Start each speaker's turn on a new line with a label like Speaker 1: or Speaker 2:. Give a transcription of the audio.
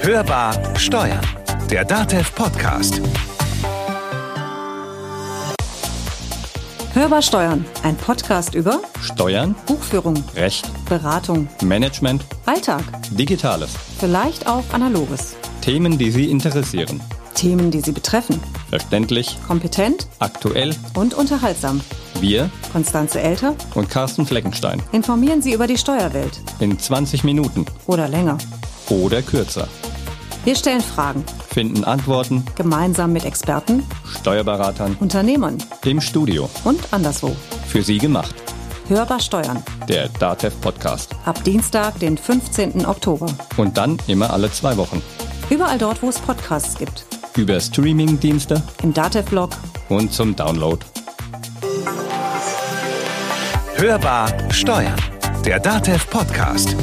Speaker 1: Hörbar Steuern, der DATEV Podcast.
Speaker 2: Hörbar Steuern, ein Podcast über
Speaker 3: Steuern,
Speaker 2: Buchführung,
Speaker 3: Recht,
Speaker 2: Beratung,
Speaker 3: Management,
Speaker 2: Alltag,
Speaker 3: Digitales.
Speaker 2: vielleicht auch Analoges.
Speaker 3: Themen, die Sie interessieren.
Speaker 2: Themen, die Sie betreffen.
Speaker 3: Verständlich,
Speaker 2: Kompetent
Speaker 3: aktuell.
Speaker 2: und unterhaltsam.
Speaker 3: Wir
Speaker 2: Konstanze Elter
Speaker 3: und Carsten Fleckenstein
Speaker 2: informieren Sie über die Steuerwelt
Speaker 3: in 20 Minuten
Speaker 2: oder länger.
Speaker 3: oder kürzer.
Speaker 2: Wir stellen Fragen
Speaker 3: Finden Antworten,
Speaker 2: gemeinsam mit Experten,
Speaker 3: Steuerberatern
Speaker 2: Unternehmern
Speaker 3: im Studio.
Speaker 2: und anderswo.
Speaker 3: Für Sie gemacht.
Speaker 2: Hörbar Steuern
Speaker 3: Der DATEV Podcast.
Speaker 2: ab Dienstag, den 15. Oktober.
Speaker 3: Und dann immer alle zwei Wochen.
Speaker 2: Überall dort, wo es Podcasts gibt.
Speaker 3: Über Streamingdienste
Speaker 2: Im Datev-Blog
Speaker 3: und zum Download.
Speaker 1: Hörbar Steuern, der DATEV Podcast.